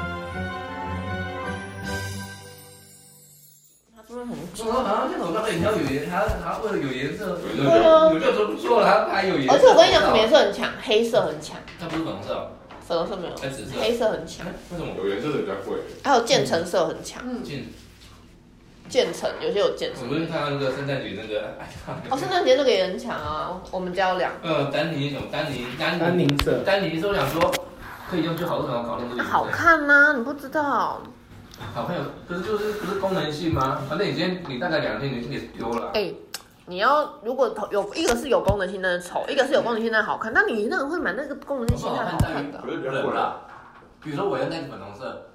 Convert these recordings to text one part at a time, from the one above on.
哦广告都营销有颜，还要还要为了有颜色，有有这这种有这种做了还要拍有颜色。而且我跟你讲，什么颜色很强？黑色很强，它不是粉红色哦，粉红色没有，哎紫色，黑色很强哎，为什么？有颜色的比较贵，还有渐层色很强。嗯，进，渐层有些有渐我层。昨天看到那个圣诞节那个，哎哦，圣诞节那个也很强啊，我们家有两个。呃，丹宁什么丹宁丹丹宁宁色，丹宁，都想说可以用就好，为什么要搞那么多那颜色？好看吗、你不知道？好看有，可是就是不是功能性吗？反正你今天你大概两天，你就给丢了啊。哎、你要如果有一个是有功能性的丑，一个是有功能性的好看，那你那个会买那个功能性的好看的？可是比较冷贵。了。比如说我要那个粉红色，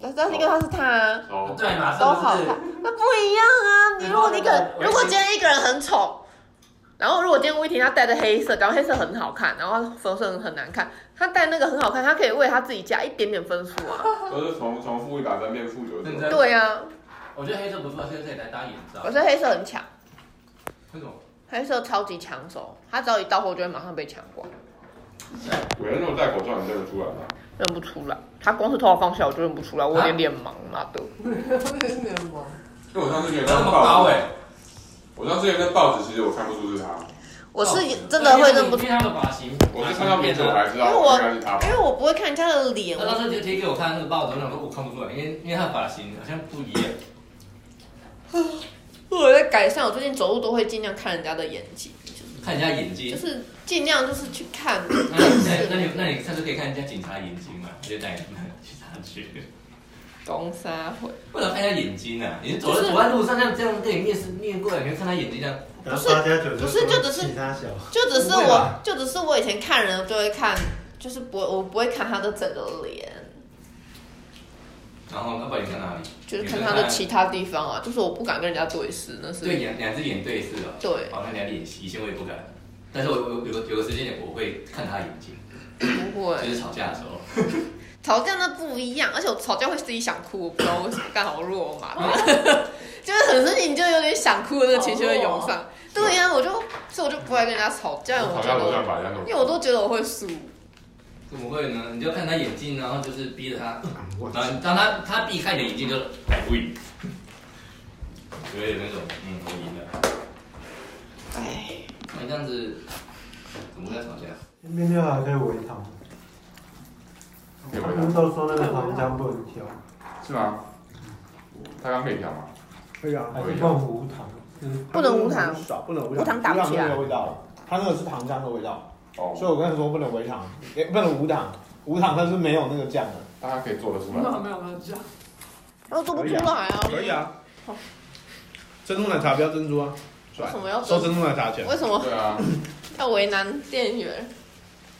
但但是因为它是它啊、哦，对嘛？都好是不看是？，那不一样啊。你如果一个，我如果今天一个人很丑，然后如果今天威婷她戴的黑色，然后黑色很好看，然后粉红色很难看，她戴那个很好看，她可以为她自己加一点点分数啊。都是重重复一百分变负九十认九。真。对啊，我觉得黑色不错，黑色可以来搭眼罩我。觉得黑色很强，为什么？黑色超级抢手，它只要一到货就会马上被抢光，有人那种戴口罩，你认得出来吗？认不出来。它光是头发放下我就认不出来，我有点脸盲啊嘛的。没有吗？因为我上次觉得那那么个高报纸，哎，我上次觉得那报纸其实我看不出是他，我是真的会认不出，因为他的发型，我是看到名字我才知道因为我应该是他吧。因为我不会看人家的脸。他当时就贴给我看那个报纸，我想说我看不出来，因为因为他的发型好像不一样。我在改善，我最近走路都会尽量看人家的眼睛，看人家眼就睛，是尽量就是去看。那嗯那那你那你下次可以看人家警察眼睛嘛？就带去察去。东沙啊会为什么看人家眼睛啊？你走在走在路上，像这样跟你面试面过来，你会看他眼睛这样。然后八加九不是就只是其他小，就只是不会我吧，就只是我以前看人就会看，就是不会我不会看他的整个脸，然后那不然你看哪里？就是看他的其他地方啊，就是我不敢跟人家对视，那是对眼两只眼对视哦。对好，那两眼以前我也不敢，但是我有有个有个时间点我会看他眼睛，不会。就是吵架的时候。吵架那不一样，而且我吵架会自己想哭，我不知道为什么，干好弱嘛，哦 就是很生气，你就有点想哭的那个情绪会涌上。对呀、我就所以我就不爱跟人家吵架，我我好觉像我得，像把人家弄因为我都觉得我会输。怎么会呢？你就看他眼睛，然后就是逼着他，我然后当他他避开你的眼睛，就是哎不赢，有点那种嗯我赢了。哎，那你这样子怎么会在吵架？面料还可以微糖，可以他回们都说那个糖浆不能挑，答是吗？他刚可以调吗？对啊，还是放无糖，嗯，不能无糖少不能无无糖打不起来无糖没有味道，它那个是糖浆的味道，哦，所以我跟他说不能微糖，诶不能无糖，无糖它是没有那个酱的。大家可以做得出没来。有没有没有这样，我做不出来啊，可以啊好，珍珠奶茶不要珍珠啊，为帅什，么要收珍珠奶茶钱。为什么对啊，要为难店员？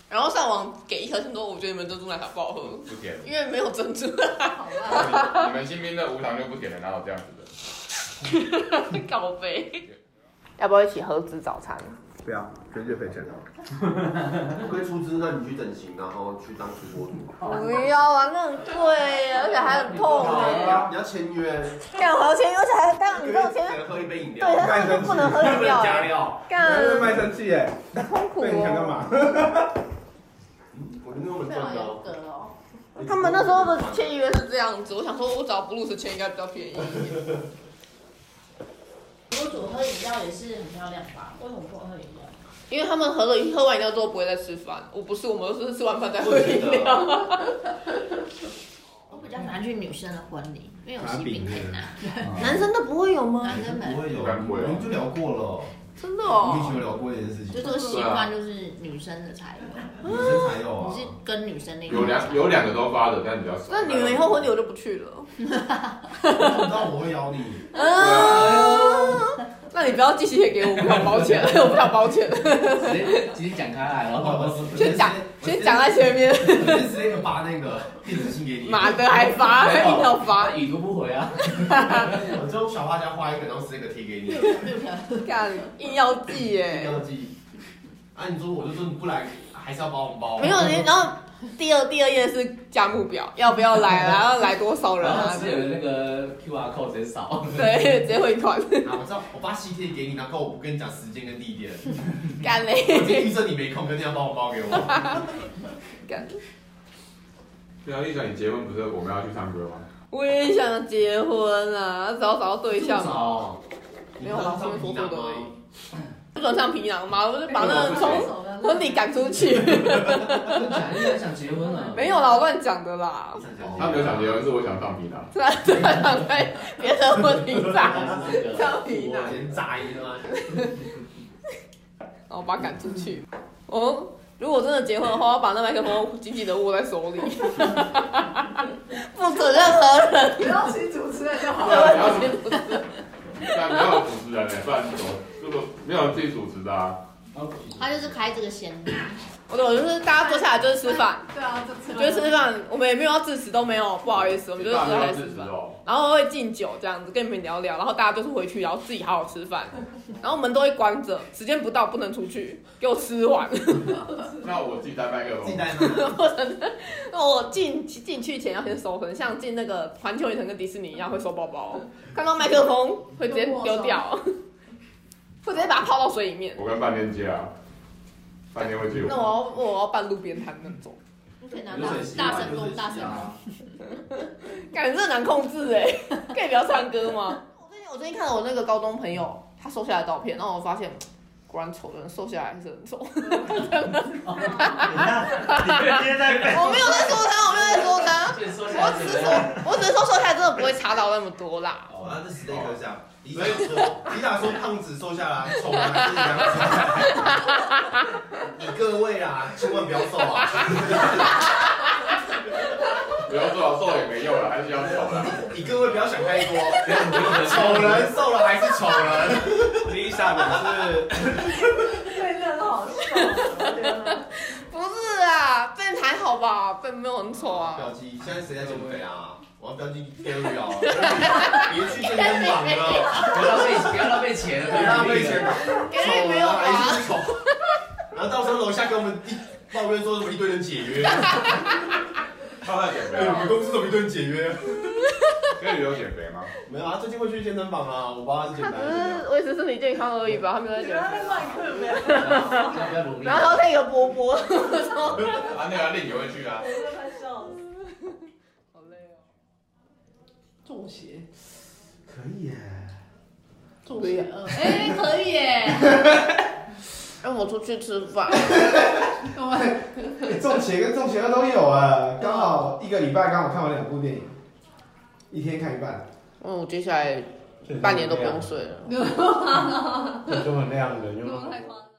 然后上网给一条线说，我觉得你们珍珠奶茶不好喝，不甜。因为没有珍珠，好吧，你们新兵的无糖就不甜了，哪有这样子的？搞杯。 要不要一起合资早餐？不要，绝对赔钱啊的。不可以出资让你去整形，然后去当直播主。不要啊，那很贵，啊而且还很痛好哎你要你要签约，干好签，而且还但你知道签只能喝一杯饮料。对，他说不能喝饮料，料。干卖身契耶，痛苦那你想干哦。嘛？我觉得那么非赚常严哦。格哦。他们那时候的签约是这样子，我想说，我找布鲁斯签应该比较便宜一点。博主喝饮料也是很漂亮吧？为什么不能喝饮料？因为他们喝了喝完饮料之后不会再吃饭，我不是，我们都是吃完饭再喝饮料。我比较喜欢去女生的婚礼，因为有拿喜饼饼啊可以的拿。男生的不会有吗？男生们会应该不啊会哦我们就聊过了，真的我们以哦，前有聊过这件事情，就这个习啊惯就是女生的才有，女生才有哦你是。啊跟女生那有两有两个都发的，但比较少。那你们以后婚礼我就不去了。我知道我会邀你，啊，那你不要寄信给我，我不想包 钱，我不想包钱，直接直接讲开来，然后先讲先讲在前面，我就直接发那个电子信给你。妈的还罚，硬要罚，已读不回啊。我就小画家画一个，然后撕一个贴给你，干硬要寄耶。要记。啊，你说我就说你不来，还是要包红包。没有，你然后第二第二页是价目表，要不要 来，然后来多少人然后啊是？有那个 QR code 直接扫，对，直接汇款，啊，我知道，我发喜帖给你，然后我不跟你讲时间跟地点， 干我已经嘞， 预设你没空，可是你要包红包给我。干！对啊，一想你结婚不是我们要去唱歌吗？我也想结婚啊，找找对象嘛。哦，没有老师们说说的而已。不准上皮囊吗？我就 把那个从婚礼赶出 去。真假？你很想结婚啊？没有啦，我乱讲的 啦。 他没有想结婚，是我想上皮囊。突然突然想被别的婚礼上这个上皮囊。先炸一个，然后把他赶出去。哦，如果真的结婚的话，我把那麦克风紧紧的握在手 里，不准任何人不要请主持人就好对了。外面不准但没有主持人呢，不然怎么这个没有人自己主持的啊？他就是开这个先例，我懂，就是大家坐下来就是吃饭，对啊，就吃就饭是吃饭，我们也没有要致辞，都没有，不好意思，我们就是坐没下来有吃自持饭。哦。然后会敬酒这样子跟你们聊聊，然后大家就是回去，然后自己好好吃饭，然后门都会关着，时间不到不能出去，给我吃完。那我自己带麦克自己风。带吗？那我进进去前要先收分，像进那个环球影城跟迪士尼一样会收包包，看到麦克风会直接丢掉，会直接把它泡到水里面。我跟半天接啊，半天会接那我。我要我要办路边摊那种，你可以拿流大水席嘛大神功，大神功。感觉真的难控制哎、可以不要唱歌吗？我最近我最近看了我那个高中朋友他瘦下来的照片，然后我发现。果然丑的人瘦下来还是很丑，等一下，你别在背。我没有在说他，我没有在说他，所以说起来我只是说，我只是说瘦下来真的不会差到那么多啦。哦啊，这 stay 一下。李想说，李想说胖子瘦下来，丑男是两子。你各位啊，千万不要瘦啊！不要做到瘦也没用了，还是要瘦啦。你各位不要想太多，丑人瘦了还是丑人。 Lisa 表示对，真的好笑。天啊不是啊，笨还好吧，笨没有很丑啊。标记，现在谁在减肥啊？我要标记 Terry 啊！别去健身房了，不要浪费，不要浪费钱，别浪费钱。感觉没有丑人吧？还是丑。然后到时候楼下跟我们一抱怨说什么一堆人解约，他在减肥哎，我啊们？公司怎么一堆人解约？啊跟你有减肥 吗？没有啊，最近会去健身房啊，我帮他减他肥嗯只还是怎样。是维持身体健康而已吧，他没有在你减们在肥。乱嗑没有？要不要努力 然？后那个波波，哦啊，那个令你会去啊？真的快笑死。好累哦。中邪，可以耶，中邪二。哎，可以耶！嗯 让我出去吃饭，哎中邪跟中邪二都有啊，刚好一个礼拜刚好看完两部电影，一天看一半，嗯，我接下来半年都不用睡了。就这么亮的，就不用太夸张。